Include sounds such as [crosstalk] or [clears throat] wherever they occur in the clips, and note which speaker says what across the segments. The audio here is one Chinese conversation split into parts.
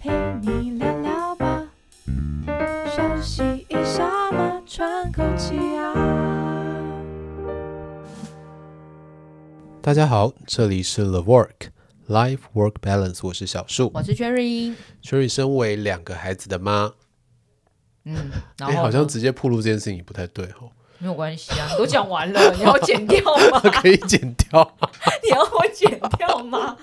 Speaker 1: 陪你聊聊吧，休息一下嘛，喘口气啊。
Speaker 2: 大家好，这里是 The Work Life Work Balance，我是小树。
Speaker 3: 我是 Cherry，
Speaker 2: Cherry 身为两个孩子的妈， [laughs]
Speaker 3: 嗯，然
Speaker 2: 哎，
Speaker 3: 后
Speaker 2: 好像
Speaker 3: 呢
Speaker 2: 直接铺路这件事情也不太对哦， [laughs]
Speaker 3: 没有关系啊，你 [laughs] 都讲完了，你要剪掉吗？ [laughs]
Speaker 2: 可以剪掉。 [laughs]
Speaker 3: 你要我剪掉吗？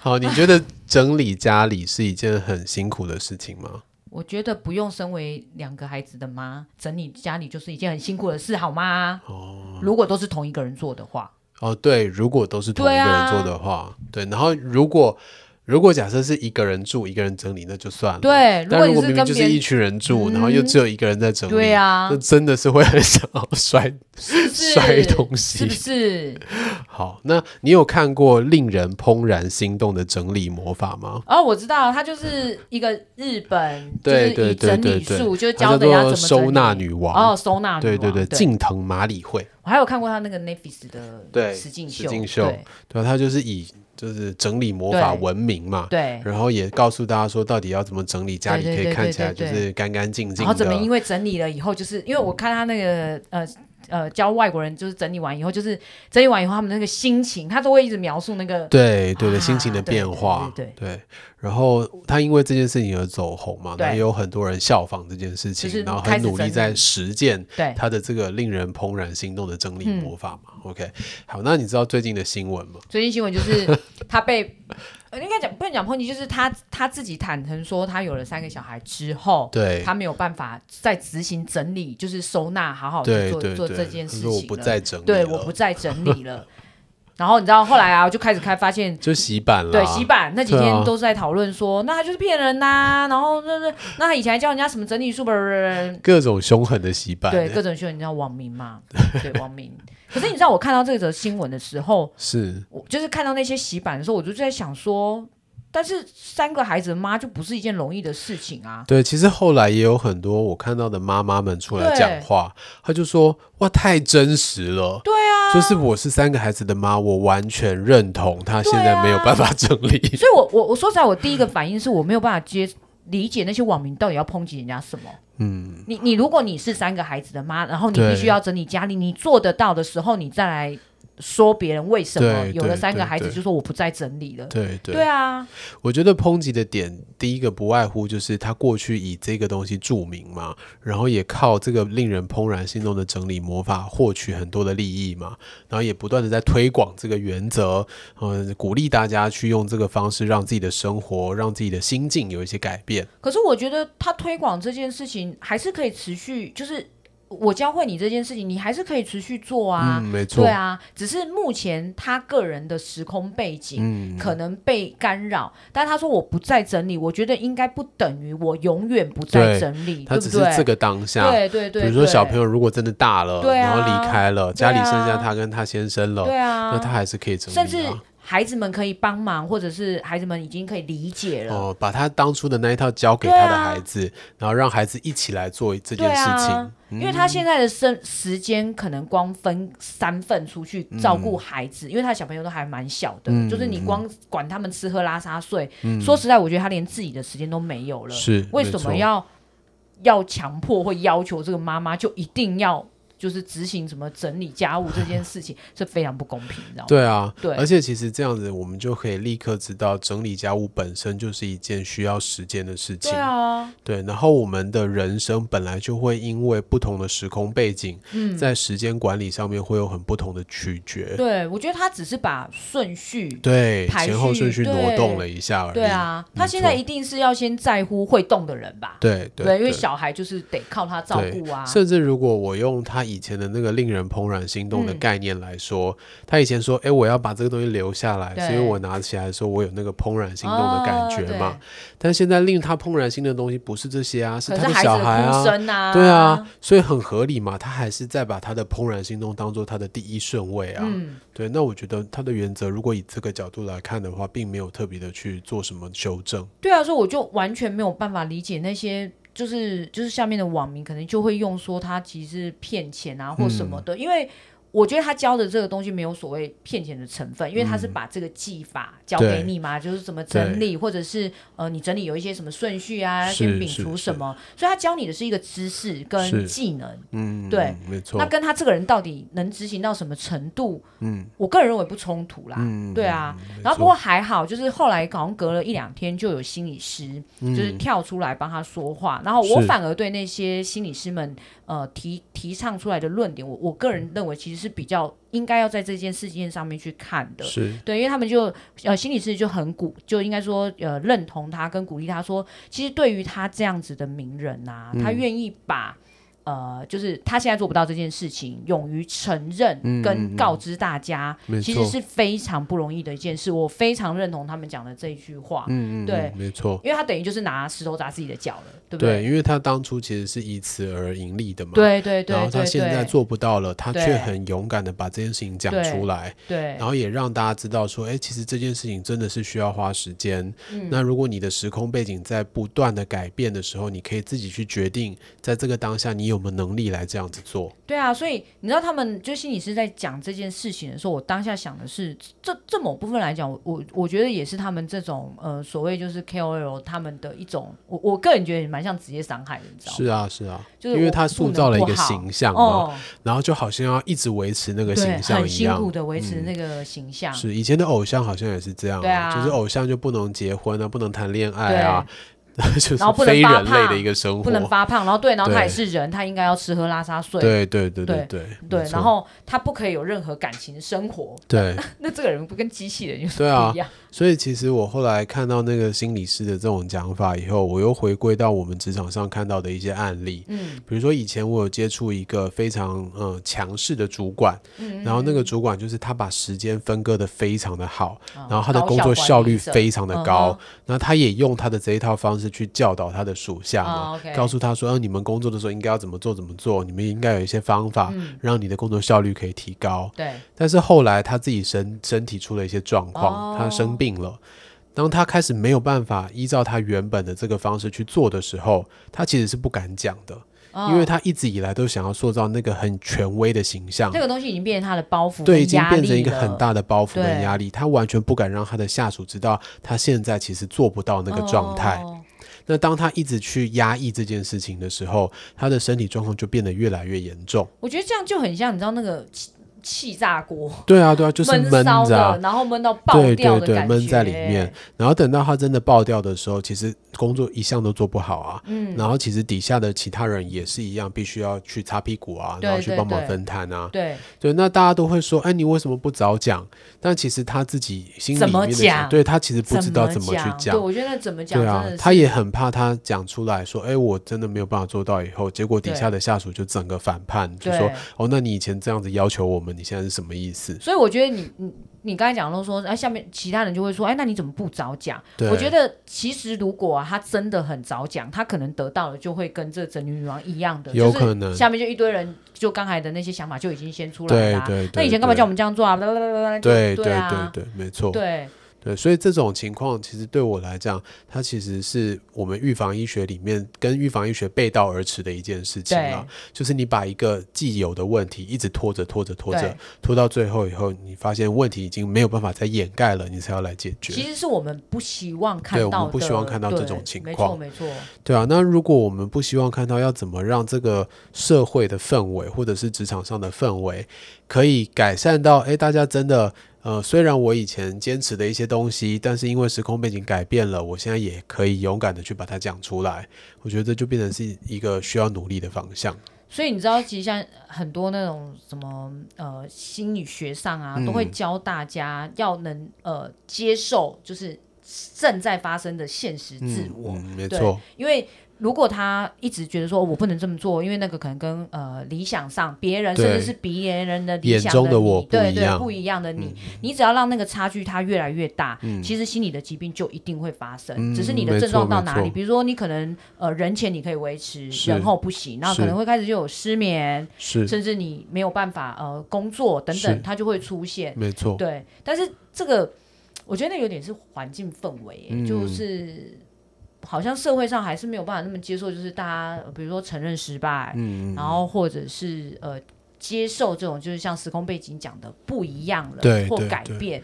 Speaker 2: 好，你觉得整理家里是一件很辛苦的事情吗？
Speaker 3: 我觉得不用身为两个孩子的妈，整理家里就是一件很辛苦的事，好吗？
Speaker 2: 哦
Speaker 3: 如果都是同一个人做的话，
Speaker 2: 哦，对，如果都是同一
Speaker 3: 对
Speaker 2: 个人
Speaker 3: 啊
Speaker 2: 做的话，对然后如果如果假设是一个人住，一个人整理，那就算了。。
Speaker 3: 对，如
Speaker 2: 但
Speaker 3: 果
Speaker 2: 如
Speaker 3: 你
Speaker 2: 果
Speaker 3: 是
Speaker 2: 明明
Speaker 3: 跟
Speaker 2: 就
Speaker 3: 别
Speaker 2: 是一
Speaker 3: 人，
Speaker 2: 群人住，
Speaker 3: 嗯
Speaker 2: 然后又只有一个人在整理，
Speaker 3: 对啊
Speaker 2: 那真的是会很想要 [laughs] 摔
Speaker 3: 是不是
Speaker 2: 摔东西
Speaker 3: 是不是？
Speaker 2: [laughs] 好，那你有看过令人怦然心动的整理魔法吗？
Speaker 3: 哦，我知道，她就是一个日本，
Speaker 2: 对
Speaker 3: 就是
Speaker 2: 对
Speaker 3: 以
Speaker 2: 对
Speaker 3: 整理
Speaker 2: 对对
Speaker 3: 术，就是
Speaker 2: 它
Speaker 3: 教
Speaker 2: 叫
Speaker 3: 人家怎
Speaker 2: 做
Speaker 3: 么
Speaker 2: 收纳
Speaker 3: 整理
Speaker 2: 女王。
Speaker 3: 哦，收纳女
Speaker 2: 对
Speaker 3: 王，
Speaker 2: 对对，近藤麻里惠，
Speaker 3: 我还有看过她那个 n e t f i s 的
Speaker 2: 对
Speaker 3: 实境
Speaker 2: 实
Speaker 3: 秀，
Speaker 2: 境秀
Speaker 3: 对
Speaker 2: 对啊，她就是以就是整理魔法
Speaker 3: 对
Speaker 2: 闻名嘛，
Speaker 3: 对，
Speaker 2: 然后也告诉大家说到底要怎么整理，家里
Speaker 3: 对
Speaker 2: 可
Speaker 3: 对
Speaker 2: 以
Speaker 3: 对
Speaker 2: 看
Speaker 3: 对
Speaker 2: 起来就
Speaker 3: 对
Speaker 2: 是干干净净
Speaker 3: 然后怎么因
Speaker 2: 的。
Speaker 3: 为整理了以后，就是因为我看他那个呃呃教外国人就是整理完以后，就是整理完以后他们那个心情，他都会一直描述那个
Speaker 2: 对对对，心情
Speaker 3: 啊
Speaker 2: 的
Speaker 3: 对
Speaker 2: 变
Speaker 3: 对对
Speaker 2: 化，
Speaker 3: 对
Speaker 2: 然后她因为这件事情而走红嘛，然后
Speaker 3: 对
Speaker 2: 也有很多人效仿这件事情，
Speaker 3: 是
Speaker 2: 然后
Speaker 3: 开
Speaker 2: 很
Speaker 3: 始
Speaker 2: 努力
Speaker 3: 整
Speaker 2: 在
Speaker 3: 理
Speaker 2: 实践
Speaker 3: 对
Speaker 2: 他的这个令人怦然心动的整理
Speaker 3: 嗯
Speaker 2: 魔法嘛、o k 好，那你知道最近的新闻吗？
Speaker 3: 最近新闻就是他被。 [laughs] 呃应该讲不能讲抨击，就是他他自己坦诚说，他有了三个小孩之后，
Speaker 2: 对，
Speaker 3: 他没有办法再执行整理，就是收纳，好好
Speaker 2: 对
Speaker 3: 的做
Speaker 2: 对
Speaker 3: 做
Speaker 2: 对，
Speaker 3: 这件
Speaker 2: 他
Speaker 3: 事情
Speaker 2: 说
Speaker 3: 了。
Speaker 2: 我不再整理
Speaker 3: 对，我
Speaker 2: 了
Speaker 3: 不再整理了。然后你知道后来啊，我就开始开发现
Speaker 2: 就洗版了，
Speaker 3: 对，洗。版那几
Speaker 2: 对啊
Speaker 3: 天都在讨论说，那他就是骗人呐、然后那那那他以前还教人家什么整理术本儿，
Speaker 2: 各种凶狠的洗版，欸
Speaker 3: 对，各种新闻，你知道网民嘛？对，网民。 [laughs] 可是你知道我看到这则新闻的时候，
Speaker 2: 是
Speaker 3: 我就是看到那些洗版的时候，我就在想说，但是三个孩子的妈就不是一件容易的事情啊。
Speaker 2: 对。其实后来也有很多我看到的妈妈们出来
Speaker 3: 对
Speaker 2: 讲话，她就说：“哇，太真实了。”对啊，就是我是三个孩子的妈，我完全认同她现在没有办法整理。
Speaker 3: 所以我，我我说实在，我第一个反应是我没有办法接理解那些网民到底要抨击人家什么。
Speaker 2: 嗯，
Speaker 3: 你你如果你是三个孩子的妈，然后你
Speaker 2: 对
Speaker 3: 必须要整理家里，你做得到的时候，你再来说别人为什么
Speaker 2: 对
Speaker 3: 有了
Speaker 2: 对
Speaker 3: 三个
Speaker 2: 对
Speaker 3: 孩子
Speaker 2: 对
Speaker 3: 就说我不再整理了。
Speaker 2: [laughs] 对对
Speaker 3: 对啊，
Speaker 2: 我觉得抨击的点，第一个不外乎就是他过去以这个东西著名嘛，然后也靠这个令人怦然心动的整理魔法获取很多的利益嘛，然后也不断的在推广这个原则，嗯、鼓励大家去用这个方式让自己的生活、让自己的心境有一些改变。
Speaker 3: 可是我觉得他推广这件事情还是可以持续，就是我教会你这件事情，你还是可以持续做啊。
Speaker 2: 嗯，没错，
Speaker 3: 对啊，只是目前他个人的时空背景
Speaker 2: 嗯，
Speaker 3: 可能被干扰，但他说我不再整理，我觉得应该不等于我永远不
Speaker 2: 对
Speaker 3: 再整理，
Speaker 2: 他
Speaker 3: 对
Speaker 2: 只
Speaker 3: 不
Speaker 2: 是
Speaker 3: 对？
Speaker 2: 这个当下。
Speaker 3: 对对对，
Speaker 2: 比如说小朋
Speaker 3: 友，
Speaker 2: 友如果真的大了，
Speaker 3: 对啊
Speaker 2: 然后离开了，家里
Speaker 3: 对
Speaker 2: 剩
Speaker 3: 啊
Speaker 2: 下他跟他先生了，
Speaker 3: 对啊，
Speaker 2: 那他还是可以整理、啊，
Speaker 3: 甚至孩子们可以帮忙，或者是孩子们已经可以理解了。啊
Speaker 2: 哦，把他当初的那一套交给他的孩子，然后让孩子一起来做这件
Speaker 3: 对
Speaker 2: 事情。嗯
Speaker 3: 啊，因为他现在的生时间可能光分三份出去照顾孩子，因为他的小朋友都还蛮小的，
Speaker 2: 嗯
Speaker 3: 就是你光管他们吃喝拉撒睡，说实在，我觉得他连自己的时间都没有了。
Speaker 2: 是
Speaker 3: 为什么？
Speaker 2: 嗯没错
Speaker 3: 要要强迫或要求这个妈妈就一定要就是执行什么整理家务这件事情， [laughs] 是非常不公平，你知道吗？
Speaker 2: 对啊，
Speaker 3: 对
Speaker 2: 而且其实这样子，我们就可以立刻知道，整理家务本身就是一件需要时间的事情。
Speaker 3: 对啊，
Speaker 2: 对，然后我们的人生本来就会因为不同的时空背景，
Speaker 3: 嗯，
Speaker 2: 在时间管理上面会有很不同的取决。
Speaker 3: 对，我觉得他只是把顺序
Speaker 2: 对，
Speaker 3: 排
Speaker 2: 前后
Speaker 3: 序
Speaker 2: 顺序挪
Speaker 3: 对
Speaker 2: 动了一下而已。
Speaker 3: 对啊，他
Speaker 2: 没
Speaker 3: 现在
Speaker 2: 错
Speaker 3: 一定是要先在乎会动的人吧？
Speaker 2: 对对
Speaker 3: 因为小孩就是得靠他照顾啊。
Speaker 2: 甚至如果我用他以前的那个令人怦然心动的
Speaker 3: 嗯
Speaker 2: 概念来说，他以前说：“哎、我要把这个东西留下来，
Speaker 3: 对
Speaker 2: 是因为我拿起来的时候，我有那个怦然心动的感觉嘛。
Speaker 3: 哦
Speaker 2: 但现在令他怦然心动的东西不是这些啊，是
Speaker 3: 对
Speaker 2: 他
Speaker 3: 可是孩子
Speaker 2: 小
Speaker 3: 的
Speaker 2: 孩
Speaker 3: 哭
Speaker 2: 啊。
Speaker 3: 声啊，
Speaker 2: 对啊，，所以很合理嘛，他还是在把他的怦然心动当做他的第一顺位啊。
Speaker 3: 嗯，
Speaker 2: 对，那我觉得他的原则，如果以这个角度来看的话，并没有特别的去做什么修正。
Speaker 3: 对啊，所以我就完全没有办法理解那些。
Speaker 2: 嗯
Speaker 3: 就是就是下面的网民可能就会用说他其实是骗钱啊或什么的，因为我觉得他教的这个东西没有所谓骗钱的成分，因为他是
Speaker 2: 嗯
Speaker 3: 把这个技法教给你嘛，就是怎么整理，或者是呃，你整理有一些什么顺序啊，
Speaker 2: 是
Speaker 3: 先摒
Speaker 2: 是
Speaker 3: 除
Speaker 2: 是
Speaker 3: 什么，所以他教你的是一个知识跟
Speaker 2: 是
Speaker 3: 技能。
Speaker 2: 嗯，
Speaker 3: 对，
Speaker 2: 没错
Speaker 3: 那，跟他这个人到底能执行到什么程度，
Speaker 2: 嗯
Speaker 3: 我个人认为不冲突啦。
Speaker 2: 嗯，
Speaker 3: 对啊
Speaker 2: 嗯，
Speaker 3: 然后不过还好，就是后来好像隔了一两天就有心理师，
Speaker 2: 没错
Speaker 3: 就是
Speaker 2: 嗯
Speaker 3: 跳出来帮他说话。然后我
Speaker 2: 是
Speaker 3: 反而对那些心理师们呃提提倡出来的论点，我我个人认为其实是比较应该要在这件事件上面去看的。
Speaker 2: 是
Speaker 3: 对，因为他们就呃心理师就很鼓，就应该说呃认同他跟鼓励他说，其实对于他这样子的名人啊，他
Speaker 2: 嗯
Speaker 3: 愿意把。呃，就是他现在做不到这件事情，勇于承认
Speaker 2: 嗯嗯
Speaker 3: 跟
Speaker 2: 嗯
Speaker 3: 告知大家，
Speaker 2: 没
Speaker 3: 其实
Speaker 2: 错，
Speaker 3: 是非常不容易的一件事。我非常认同他们讲的这一句话，
Speaker 2: 嗯嗯，
Speaker 3: 对
Speaker 2: 嗯没错。
Speaker 3: 因为他等于就是拿石头砸自己的脚了，对不
Speaker 2: 对，
Speaker 3: 对？
Speaker 2: 因为他当初其实是以此而盈利的嘛。。
Speaker 3: 对对对
Speaker 2: 然后
Speaker 3: 对对
Speaker 2: 他现在做不到了，他却
Speaker 3: 对
Speaker 2: 很勇敢的把这件事情讲
Speaker 3: 对
Speaker 2: 出来，
Speaker 3: 对
Speaker 2: 然后也让大家知道说，哎，其实这件事情真的是需要花时间。
Speaker 3: 嗯
Speaker 2: 那如果你的时空背景在不断的改变的时候，你可以自己去决定，在这个当下你有没有能力来这样子做。
Speaker 3: 对啊！所以你知道他们就心理师在讲这件事情的时候，我当下想的是，这这某部分来讲，我我我觉得也是他们这种呃所谓就是 KOL 他们的一种，我我个人觉得也蛮像职业伤害的，你知道吗？
Speaker 2: 是啊，是啊，
Speaker 3: 就是
Speaker 2: 因为
Speaker 3: 我
Speaker 2: 他
Speaker 3: 不
Speaker 2: 塑
Speaker 3: 能
Speaker 2: 造了一
Speaker 3: 不
Speaker 2: 个
Speaker 3: 好
Speaker 2: 形象嘛，
Speaker 3: 哦，
Speaker 2: 然后就好像要一直维持那个
Speaker 3: 对，
Speaker 2: 形象
Speaker 3: 很
Speaker 2: 一
Speaker 3: 辛
Speaker 2: 样。嗯
Speaker 3: 苦的维持那个形象，
Speaker 2: 是以前的偶像好像也是这样、
Speaker 3: 对啊
Speaker 2: 就是偶像就不能结婚啊，不能谈恋爱
Speaker 3: 对
Speaker 2: 啊， [laughs] 就是
Speaker 3: 然后不能
Speaker 2: 非
Speaker 3: 发
Speaker 2: 人类
Speaker 3: 胖
Speaker 2: 的一个生活。
Speaker 3: 不能发胖，然后对，然后他
Speaker 2: 对
Speaker 3: 也是人，他应该要吃喝拉撒睡，
Speaker 2: 对对对
Speaker 3: 对
Speaker 2: 对
Speaker 3: 对
Speaker 2: 没，错
Speaker 3: 然后他不可以有任何感情生活，
Speaker 2: 对，
Speaker 3: 那这个人不跟机器人就是
Speaker 2: 对啊
Speaker 3: [laughs] 不一样，
Speaker 2: 所以其实我后来看到那个心理师的这种讲法以后，我又回归到我们职场上看到的一些案例。
Speaker 3: 嗯，
Speaker 2: 比如说，以前我有接触一个非常呃强势的主管，
Speaker 3: 嗯
Speaker 2: 然后那个主管就是他把时间分割的非常的好，
Speaker 3: 然
Speaker 2: 然后他的工作效率非常的
Speaker 3: 嗯
Speaker 2: 高
Speaker 3: 哼，
Speaker 2: 那他也用他的这一套方式去教导他的属下
Speaker 3: 哦
Speaker 2: 嘛
Speaker 3: ，OK，
Speaker 2: 告诉他说，呃，你们工作的时候应该要怎么做怎么做，你们应该有一些方
Speaker 3: 嗯
Speaker 2: 法，让你的工作效率可以提高。
Speaker 3: 对，
Speaker 2: 但是后来他自己身身体出了一些状况，
Speaker 3: 哦
Speaker 2: 他生病了。当他开始没有办法依照他原本的这个方式去做的时候，他其实是不敢讲的，因为
Speaker 3: 哦
Speaker 2: 他一直以来都想要塑造那个很权威的形象
Speaker 3: 这，个东西已经变成他的包袱，
Speaker 2: 对，已经变成一个很。大的包袱
Speaker 3: 对
Speaker 2: 跟压力，他完全不敢让他的下属知道他现在其实做不到那个状态。
Speaker 3: 哦
Speaker 2: 那当他一直去压抑这件事情的时候，他的身体状况就变得越来越严重。
Speaker 3: 我觉得这样就很像，你知道那个气气炸锅，
Speaker 2: 对啊，对啊，
Speaker 3: [laughs]
Speaker 2: 就是闷
Speaker 3: 烧
Speaker 2: 着、啊
Speaker 3: 的，，然后闷到爆
Speaker 2: 对
Speaker 3: 掉
Speaker 2: 对
Speaker 3: 的
Speaker 2: 对
Speaker 3: 感觉，
Speaker 2: 闷在里面。然后等到他真的爆掉的时候，其实工作一项都做不好啊。嗯，然后其实底下的其他人也是一样，必须要去擦屁股啊，
Speaker 3: 对
Speaker 2: 然后去
Speaker 3: 对
Speaker 2: 帮忙
Speaker 3: 对
Speaker 2: 分摊啊。
Speaker 3: 对，
Speaker 2: 对，那大家都会说，哎，你为什么不早讲？但其实他自己心里
Speaker 3: 怎
Speaker 2: 面
Speaker 3: 么
Speaker 2: 的
Speaker 3: 讲
Speaker 2: 想，对他其实不知道怎么去
Speaker 3: 讲对，
Speaker 2: 讲。
Speaker 3: 我觉得怎么讲
Speaker 2: 对
Speaker 3: 真
Speaker 2: 啊
Speaker 3: 的是，，
Speaker 2: 他也很怕他讲出来说，哎，我真的没有办法做到以后，结果底
Speaker 3: 对
Speaker 2: 下的下属就整个反叛，就
Speaker 3: 对
Speaker 2: 说，哦，那你以前这样子要求我们，你现在是什么意思？
Speaker 3: 所以我觉得你你你刚才讲到说，哎、下面其他人就会说，哎，那你怎么不早讲？
Speaker 2: 对
Speaker 3: 我觉得其实如果、啊、他真的很早讲，他可能得到了就会跟这整女女王一样的，
Speaker 2: 有可能
Speaker 3: 就是下面就一堆人就刚才的那些想法就已经先出来
Speaker 2: 对
Speaker 3: 了、啊。
Speaker 2: 对对。
Speaker 3: 那以前干嘛
Speaker 2: 对
Speaker 3: 叫我们这样做啊？啦啦啦啦啦就
Speaker 2: 对
Speaker 3: 对啊
Speaker 2: 对对，没错，
Speaker 3: 对
Speaker 2: 对，所以这种情况其实对我来讲，它其实是我们预防医学里面跟预防医学背道而驰的一件事情了
Speaker 3: 对。
Speaker 2: 就是你把一个既有的问题一直拖着、拖着、拖着
Speaker 3: 对，
Speaker 2: 拖到最后以后，你发现问题已经没有办法再掩盖了，你才要来解
Speaker 3: 其
Speaker 2: 决。
Speaker 3: 实是我们不希望看
Speaker 2: 对
Speaker 3: 到的，
Speaker 2: 我们不希望看到
Speaker 3: 对
Speaker 2: 这种情况
Speaker 3: 没错没错，
Speaker 2: 对啊，那如果我们不希望看到要怎么让这个社会的氛围或者是职场上的氛围可以改善到，诶，大家真的。呃，虽然我以前坚持的一些东西，但是因为时空背景改变了，我现在也可以勇敢的去把它讲出来。我觉得这就变成是一个需要努力的方向。
Speaker 3: 所以你知道，其实像很多那种什么呃心理学上啊，
Speaker 2: 嗯
Speaker 3: 都会教大家要能呃接受，就是正在发生的现实自我。
Speaker 2: 嗯，没
Speaker 3: 对
Speaker 2: 错，
Speaker 3: 因为如果他一直觉得说我不能这么做，因为那个可能跟呃理想上别人
Speaker 2: 对
Speaker 3: 甚至是别人的理
Speaker 2: 眼
Speaker 3: 想
Speaker 2: 中的
Speaker 3: 你
Speaker 2: 我不
Speaker 3: 对
Speaker 2: 一
Speaker 3: 对
Speaker 2: 样
Speaker 3: 不一样的你，你只要让那个差距它越来越大，
Speaker 2: 嗯
Speaker 3: 其实心理的疾病就一定会发生，
Speaker 2: 嗯
Speaker 3: 只是你的症状到哪
Speaker 2: 没
Speaker 3: 里。
Speaker 2: 错
Speaker 3: 比如说你可能呃人前你可以维持，
Speaker 2: 是
Speaker 3: 人后不行，然后可能会开始就有失眠，
Speaker 2: 是
Speaker 3: 甚至你没有办法呃工作等
Speaker 2: 是
Speaker 3: 等，它就会出现。
Speaker 2: 没错，
Speaker 3: 对，但是这个我觉得那有点是环境氛围耶、
Speaker 2: 嗯
Speaker 3: 就是好像社会上还是没有办法那么接受，就是大家呃比如说承认失败，
Speaker 2: 嗯，
Speaker 3: 然后或者是呃接受这种就是像时空背景讲的不一样了，
Speaker 2: 对
Speaker 3: 或
Speaker 2: 对
Speaker 3: 改
Speaker 2: 对
Speaker 3: 变。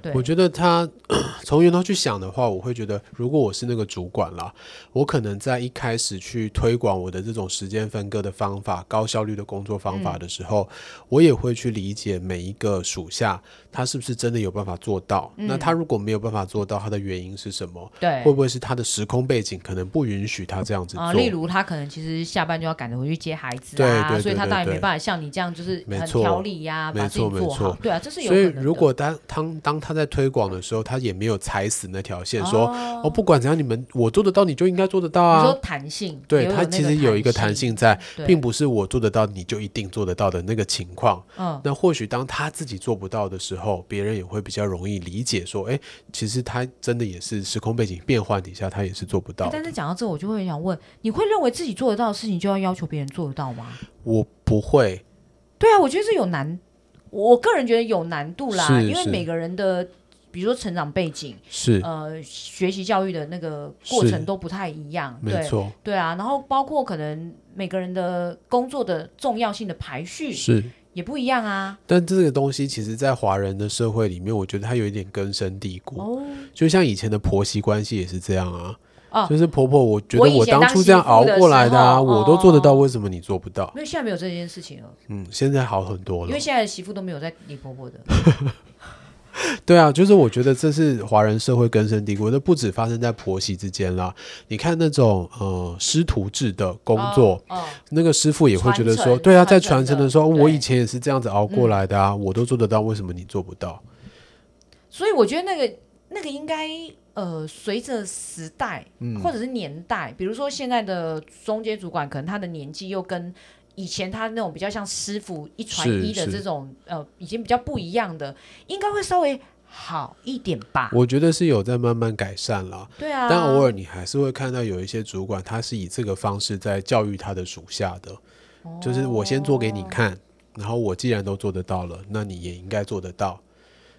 Speaker 3: 对，
Speaker 2: 我觉得他 [clears throat] 从源头去想的话，我会觉得，如果我是那个主管啦，我可能在一开始去推广我的这种时间分割的方法、高效率的工作方法的时候，
Speaker 3: 嗯
Speaker 2: 我也会去理解每一个属下他是不是真的有办法做到。那他如果没有办法做到，他的原因是什么？
Speaker 3: 对
Speaker 2: 会不会是他的时空背景可能不允许他这样子做？
Speaker 3: 啊，例如他可能其实下班就要赶着回去接孩子
Speaker 2: 对
Speaker 3: 啊，
Speaker 2: 对
Speaker 3: 所以
Speaker 2: 对
Speaker 3: 他
Speaker 2: 对
Speaker 3: 当然没
Speaker 2: 对
Speaker 3: 办法像你这样就是
Speaker 2: 没
Speaker 3: 很
Speaker 2: 错
Speaker 3: 条理呀、把
Speaker 2: 没
Speaker 3: 自己
Speaker 2: 错没
Speaker 3: 做好
Speaker 2: 错。
Speaker 3: 对啊，这是有
Speaker 2: 所
Speaker 3: 可
Speaker 2: 以
Speaker 3: 能的。
Speaker 2: 如果他当当他在推广的时候，他也没有踩死那条线，说
Speaker 3: 哦
Speaker 2: 哦，不管怎样，你们我做得到，你就应该做得到啊。
Speaker 3: 你说弹性，
Speaker 2: 对
Speaker 3: 也有
Speaker 2: 它
Speaker 3: 那
Speaker 2: 其实有一个弹性在，
Speaker 3: 对
Speaker 2: 并不是我做得到你就一定做得到的那个情况。
Speaker 3: 嗯，
Speaker 2: 那或许当他自己做不到的时候，别人也会比较容易理解，说，哎，其实他真的也是时空背景变换底下，他也是做不到
Speaker 3: 欸
Speaker 2: 的。
Speaker 3: 但是讲到这，我就会很想问，你会认为自己做得到的事情，就要要求别人做得到吗？
Speaker 2: 我不会，
Speaker 3: 对啊，我觉得这有难，我个人觉得有难度啦，
Speaker 2: 是
Speaker 3: 因为
Speaker 2: 是
Speaker 3: 每个人的。比如说成长背景，
Speaker 2: 是、
Speaker 3: 呃，学习教育的那个过
Speaker 2: 是
Speaker 3: 程都不太一样，
Speaker 2: 没
Speaker 3: 对
Speaker 2: 错，
Speaker 3: 对啊，然后包括可能每个人的工作的重要性的排序
Speaker 2: 是。
Speaker 3: 也不一样啊。
Speaker 2: 但这个东西其实，在华人的社会里面，我觉得它有一点根深蒂固。
Speaker 3: 哦，
Speaker 2: 就像以前的婆媳关系也是这样啊，
Speaker 3: 哦
Speaker 2: 就是婆婆，我觉
Speaker 3: 我
Speaker 2: 得
Speaker 3: 以
Speaker 2: 我
Speaker 3: 前
Speaker 2: 当
Speaker 3: 当
Speaker 2: 初
Speaker 3: 媳
Speaker 2: 这样
Speaker 3: 妇
Speaker 2: 熬
Speaker 3: 的
Speaker 2: 过
Speaker 3: 时
Speaker 2: 来的啊，
Speaker 3: 候
Speaker 2: 我都做得到，
Speaker 3: 哦
Speaker 2: 为什么你做不到？
Speaker 3: 因为现在没有这件事情了，
Speaker 2: 嗯，现在好很多
Speaker 3: 因
Speaker 2: 了
Speaker 3: 为。现在的媳妇都没有在理婆婆的。
Speaker 2: 对啊，就是我觉得这是华人社会根深蒂固，这不止发生在婆媳之间啦。你看那种呃师徒制的工作，
Speaker 3: 哦，哦
Speaker 2: 那个师傅也会觉得
Speaker 3: 传
Speaker 2: 说，
Speaker 3: 承
Speaker 2: 对啊，在
Speaker 3: 传
Speaker 2: 传
Speaker 3: 承
Speaker 2: 承
Speaker 3: 的
Speaker 2: 的时候，
Speaker 3: 对嗯
Speaker 2: 我以前也是这样子熬过来的啊，我都做得到，为什么你做不到？
Speaker 3: 所以我觉得那个那个应该呃，随着时代
Speaker 2: 嗯
Speaker 3: 或者是年代，比如说现在的中间主管，可能他的年纪又跟以前他那种比较像师傅一传
Speaker 2: 是
Speaker 3: 一的
Speaker 2: 是
Speaker 3: 这种呃，已经比较不一样的，应该会稍微好一点吧。
Speaker 2: 我觉得是有在慢慢改善啦。
Speaker 3: 对啊，
Speaker 2: 但偶尔你还是会看到有一些主管，他是以这个方式在教育他的属下的，就是我先做给你看，然后我既然都做得到了，那你也应该做得到。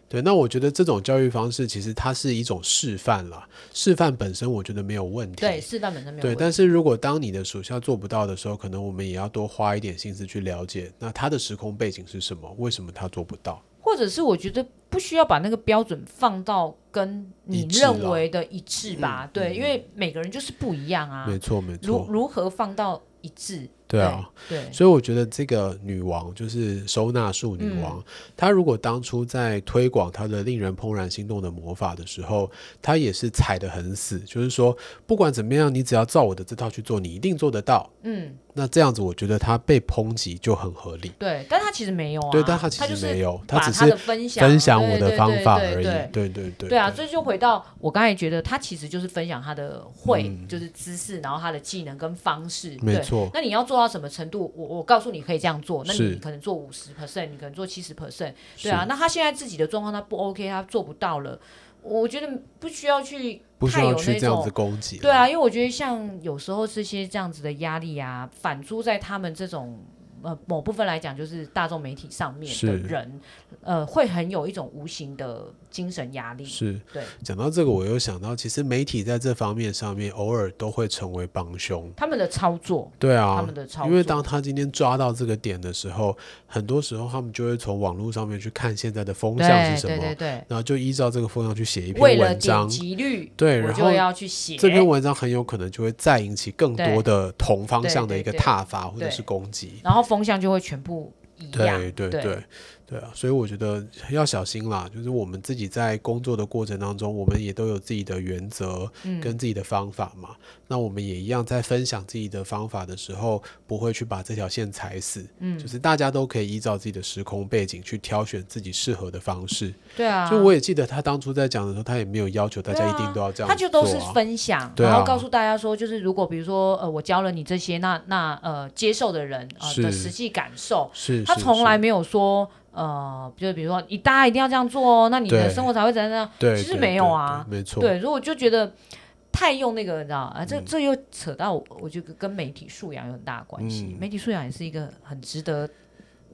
Speaker 2: 对，那我觉得这种教育方式其实它是一种示范啦，示范本身我觉得没有问题。
Speaker 3: 对适当本身没有
Speaker 2: 对，
Speaker 3: 问题。
Speaker 2: 但是如果当你的属下做不到的时候，可能我们也要多花一点心思去了解，那他的时空背景是什么？为什么他做不到？
Speaker 3: 或者是我觉得不需要把那个标准放到跟你
Speaker 2: 一致
Speaker 3: 认
Speaker 2: 啦
Speaker 3: 为的一致吧，对，因为每个人就是不一样啊，
Speaker 2: 嗯没错，没
Speaker 3: 如
Speaker 2: 错，
Speaker 3: 如何放到一致？
Speaker 2: 对啊。
Speaker 3: 对，对，
Speaker 2: 所以我觉得这个女王就是收纳术女王，
Speaker 3: 嗯
Speaker 2: 她如果当初在推广她的令人怦然心动的魔法的时候，她也是踩得很死，就是说不管怎么样，你只要照我的这套去做，你一定做得到。
Speaker 3: 嗯，
Speaker 2: 那这样子，我觉得她被抨击就很合理。
Speaker 3: 对，但他其实没有啊，
Speaker 2: 对，但她其
Speaker 3: 就
Speaker 2: 实
Speaker 3: 是
Speaker 2: 没有，她
Speaker 3: 把
Speaker 2: 只
Speaker 3: 他的
Speaker 2: 是
Speaker 3: 分享
Speaker 2: 分享我
Speaker 3: 对
Speaker 2: 的
Speaker 3: 对
Speaker 2: 方
Speaker 3: 对
Speaker 2: 法
Speaker 3: 对
Speaker 2: 而已
Speaker 3: 对。
Speaker 2: 对对对，
Speaker 3: 对啊，这就回到我刚才觉得他其实就是分享他的会，就是知识，然后他的技能跟方式。
Speaker 2: 嗯没
Speaker 3: 对
Speaker 2: 错
Speaker 3: 那你要做到什么程度？我我告诉你可以这样做，那你
Speaker 2: 是
Speaker 3: 可能做五十 percent，你可能做七十 percent。
Speaker 2: 是
Speaker 3: 对啊，那他现在自己的状况他不 OK，他做不到了，我觉得不需要去
Speaker 2: 不需
Speaker 3: 太有
Speaker 2: 要去
Speaker 3: 那
Speaker 2: 这样子
Speaker 3: 种。
Speaker 2: 攻击。
Speaker 3: 对啊，因为我觉得像有时候这些这样子的压力啊，反诸在他们这种呃某部分来讲，就是大众媒体上面的
Speaker 2: 是
Speaker 3: 人，呃，会很有一种无形的精神压力。
Speaker 2: 是
Speaker 3: 对，
Speaker 2: 讲到这个，我又想到，其实媒体在这方面上面偶尔都会成为帮凶。
Speaker 3: 他们的操作，
Speaker 2: 对啊，
Speaker 3: 他们的操作，
Speaker 2: 因为当他今天抓到这个点的时候，很多时候他们就会从网络上面去看现在的风
Speaker 3: 对
Speaker 2: 向是什么，
Speaker 3: 对对对，
Speaker 2: 然后就依照这个风向去写一
Speaker 3: 为
Speaker 2: 篇
Speaker 3: 了
Speaker 2: 文
Speaker 3: 点
Speaker 2: 章。
Speaker 3: 击率，
Speaker 2: 对，
Speaker 3: 我
Speaker 2: 然
Speaker 3: 就
Speaker 2: 后
Speaker 3: 要去写
Speaker 2: 这篇文章很有可能就会再引起更
Speaker 3: 对
Speaker 2: 多的同方向的一个
Speaker 3: 对对对
Speaker 2: 挞伐或者
Speaker 3: 对
Speaker 2: 是攻击。
Speaker 3: 然后风向就会全部一样。
Speaker 2: 对对
Speaker 3: 对
Speaker 2: 对对啊，所以我觉得要小心啦。就是我们自己在工作的过程当中，我们也都有自己的原则
Speaker 3: 嗯
Speaker 2: 跟自己的方法嘛。那我们也一样在分享自己的方法的时候，不会去把这条线踩死。嗯，就是大家都可以依照自己的时空背景去挑选自己适合的方式。
Speaker 3: 对啊，
Speaker 2: 就我也记得他当初在讲的时候，他也没有要求大
Speaker 3: 对
Speaker 2: 家
Speaker 3: 啊
Speaker 2: 一定都要这样、做
Speaker 3: 他就都是
Speaker 2: 啊
Speaker 3: 分享，
Speaker 2: 对啊
Speaker 3: 然后告诉大家说，就是如果比如说呃，我教了你这些，那那呃，接受的人呃
Speaker 2: 是
Speaker 3: 的实际感受，
Speaker 2: 是，
Speaker 3: 他
Speaker 2: 是
Speaker 3: 从
Speaker 2: 是
Speaker 3: 来没有说呃，就是比如说你大家一定要这样做哦，那你的
Speaker 2: 对
Speaker 3: 生活才会怎样怎样。
Speaker 2: 对，
Speaker 3: 其实
Speaker 2: 对
Speaker 3: 没有
Speaker 2: 对
Speaker 3: 啊
Speaker 2: 对没错，
Speaker 3: 对，所以我就觉得太用那个，你知道啊，
Speaker 2: 嗯
Speaker 3: 这这又扯到我，我觉得跟媒体素养有很大的关系。
Speaker 2: 嗯
Speaker 3: 媒体素养也是一个很值得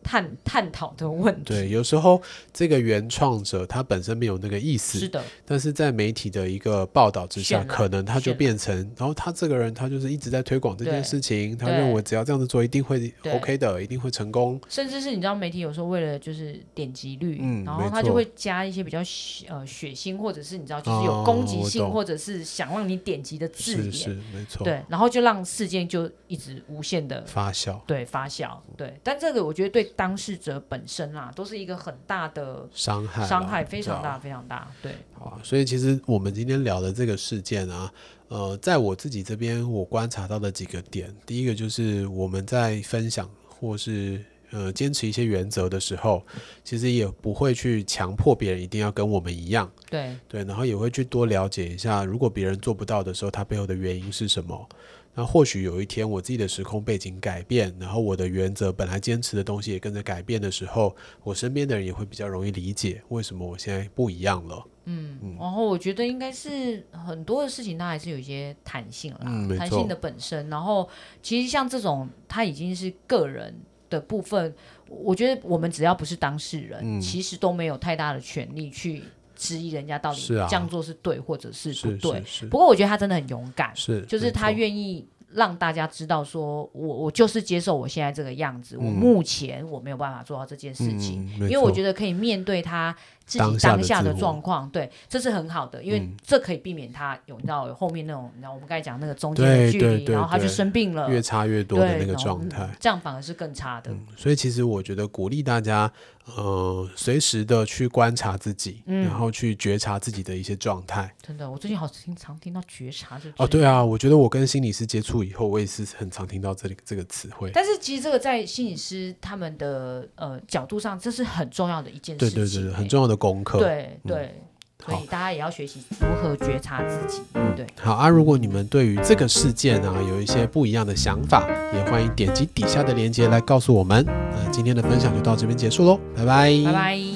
Speaker 3: 探探讨的问题。
Speaker 2: 对，有时候这个原创者他本身没有那个意
Speaker 3: 是
Speaker 2: 思，
Speaker 3: 的，
Speaker 2: 但是在媒体的一个报道之下，
Speaker 3: 渲染
Speaker 2: 可能他
Speaker 3: 渲
Speaker 2: 就
Speaker 3: 染
Speaker 2: 变成，然后他这个人他就是一直在推广这件
Speaker 3: 对
Speaker 2: 事情，他
Speaker 3: 对
Speaker 2: 认为只要这样子做一定会
Speaker 3: 对
Speaker 2: OK 的，一定会成功。
Speaker 3: 甚至是你知道媒体有时候为了就是点击率，
Speaker 2: 嗯
Speaker 3: 然后
Speaker 2: 没
Speaker 3: 他
Speaker 2: 错
Speaker 3: 就会加一些比较血呃血腥，或者是你知道就是
Speaker 2: 哦
Speaker 3: 有攻
Speaker 2: 我
Speaker 3: 击
Speaker 2: 懂
Speaker 3: 性，或者是想让你点击的字
Speaker 2: 是
Speaker 3: 眼，
Speaker 2: 是，没错，
Speaker 3: 对，然后就让事件就一直无限的
Speaker 2: 发酵
Speaker 3: 对发酵，对，但这个我觉得对当事者本身啦，都是一个很大的
Speaker 2: 伤害啦，
Speaker 3: 伤害，非常
Speaker 2: 对啊
Speaker 3: 大，非常大，对，
Speaker 2: 好啊，所以其实我们今天聊的这个事件啊，呃，在我自己这边我观察到的几个点，第一个就是我们在分享或是呃坚持一些原则的时候，其实也不会去强迫别人一定要跟我们一样，
Speaker 3: 对，
Speaker 2: 对，然后也会去多了解一下，如果别人做不到的时候，他背后的原因是什么。那或许有一天我自己的时空背景改变，然后我的原则本来坚持的东西也跟着改变的时候，我身边的人也会比较容易理解为什么我现在不一样了。嗯
Speaker 3: 然后我觉得应该是很多的事情，它还是有一些弹性啦，
Speaker 2: 嗯没
Speaker 3: 弹
Speaker 2: 错
Speaker 3: 性的本身。然后其实像这种，它已经是个人的部分，我觉得我们只要不是当事人，
Speaker 2: 嗯
Speaker 3: 其实都没有太大的权利去质疑人家到底
Speaker 2: 是啊
Speaker 3: 这样做是对或者是不
Speaker 2: 是
Speaker 3: 对。
Speaker 2: 是是
Speaker 3: 不过我觉得他真的很勇敢，
Speaker 2: 是，
Speaker 3: 就是
Speaker 2: 没
Speaker 3: 他
Speaker 2: 错
Speaker 3: 愿意让大家知道说，我我就是接受我现在这个样子，我
Speaker 2: 嗯
Speaker 3: 目前我没有办法做到这件事情。
Speaker 2: 嗯、因
Speaker 3: 因为我觉得可以面对他自己
Speaker 2: 当下的
Speaker 3: 当下
Speaker 2: 自
Speaker 3: 的
Speaker 2: 我
Speaker 3: 状况，对，这是很好的，因为
Speaker 2: 嗯
Speaker 3: 这可以避免他有你知道有后面那种，你知道我们刚才讲那个中间
Speaker 2: 对
Speaker 3: 的距
Speaker 2: 对
Speaker 3: 离，
Speaker 2: 对
Speaker 3: 然后他就
Speaker 2: 对
Speaker 3: 生病了，
Speaker 2: 越差越多
Speaker 3: 对，
Speaker 2: 的那个
Speaker 3: 然后
Speaker 2: 状
Speaker 3: 嗯
Speaker 2: 态。嗯
Speaker 3: 这样反而是更差的。
Speaker 2: 所以其实我觉得鼓励大家，呃，随时的去观察自己，
Speaker 3: 嗯
Speaker 2: 然后去觉察自己的一些状态。
Speaker 3: 真的，我最近好经常听到觉察这个
Speaker 2: 哦，
Speaker 3: 字
Speaker 2: 对啊，我觉得我跟心理师接触以后，我也是很常听到这里这个词汇。
Speaker 3: 但是其实这个在心理师他们的呃角度上，这是很重要的一件
Speaker 2: 对
Speaker 3: 事
Speaker 2: 对
Speaker 3: 情
Speaker 2: 对，
Speaker 3: 欸，
Speaker 2: 对很重要的功课。嗯
Speaker 3: 对对，所
Speaker 2: 好
Speaker 3: 以大家也要学习如何觉察自己，对。
Speaker 2: 好啊，如果你们对于这个事件啊有一些不一样的想法，也欢迎点击底下的链接来告诉我们。那今天的分享就到这边结束喽，拜拜，
Speaker 3: 拜拜。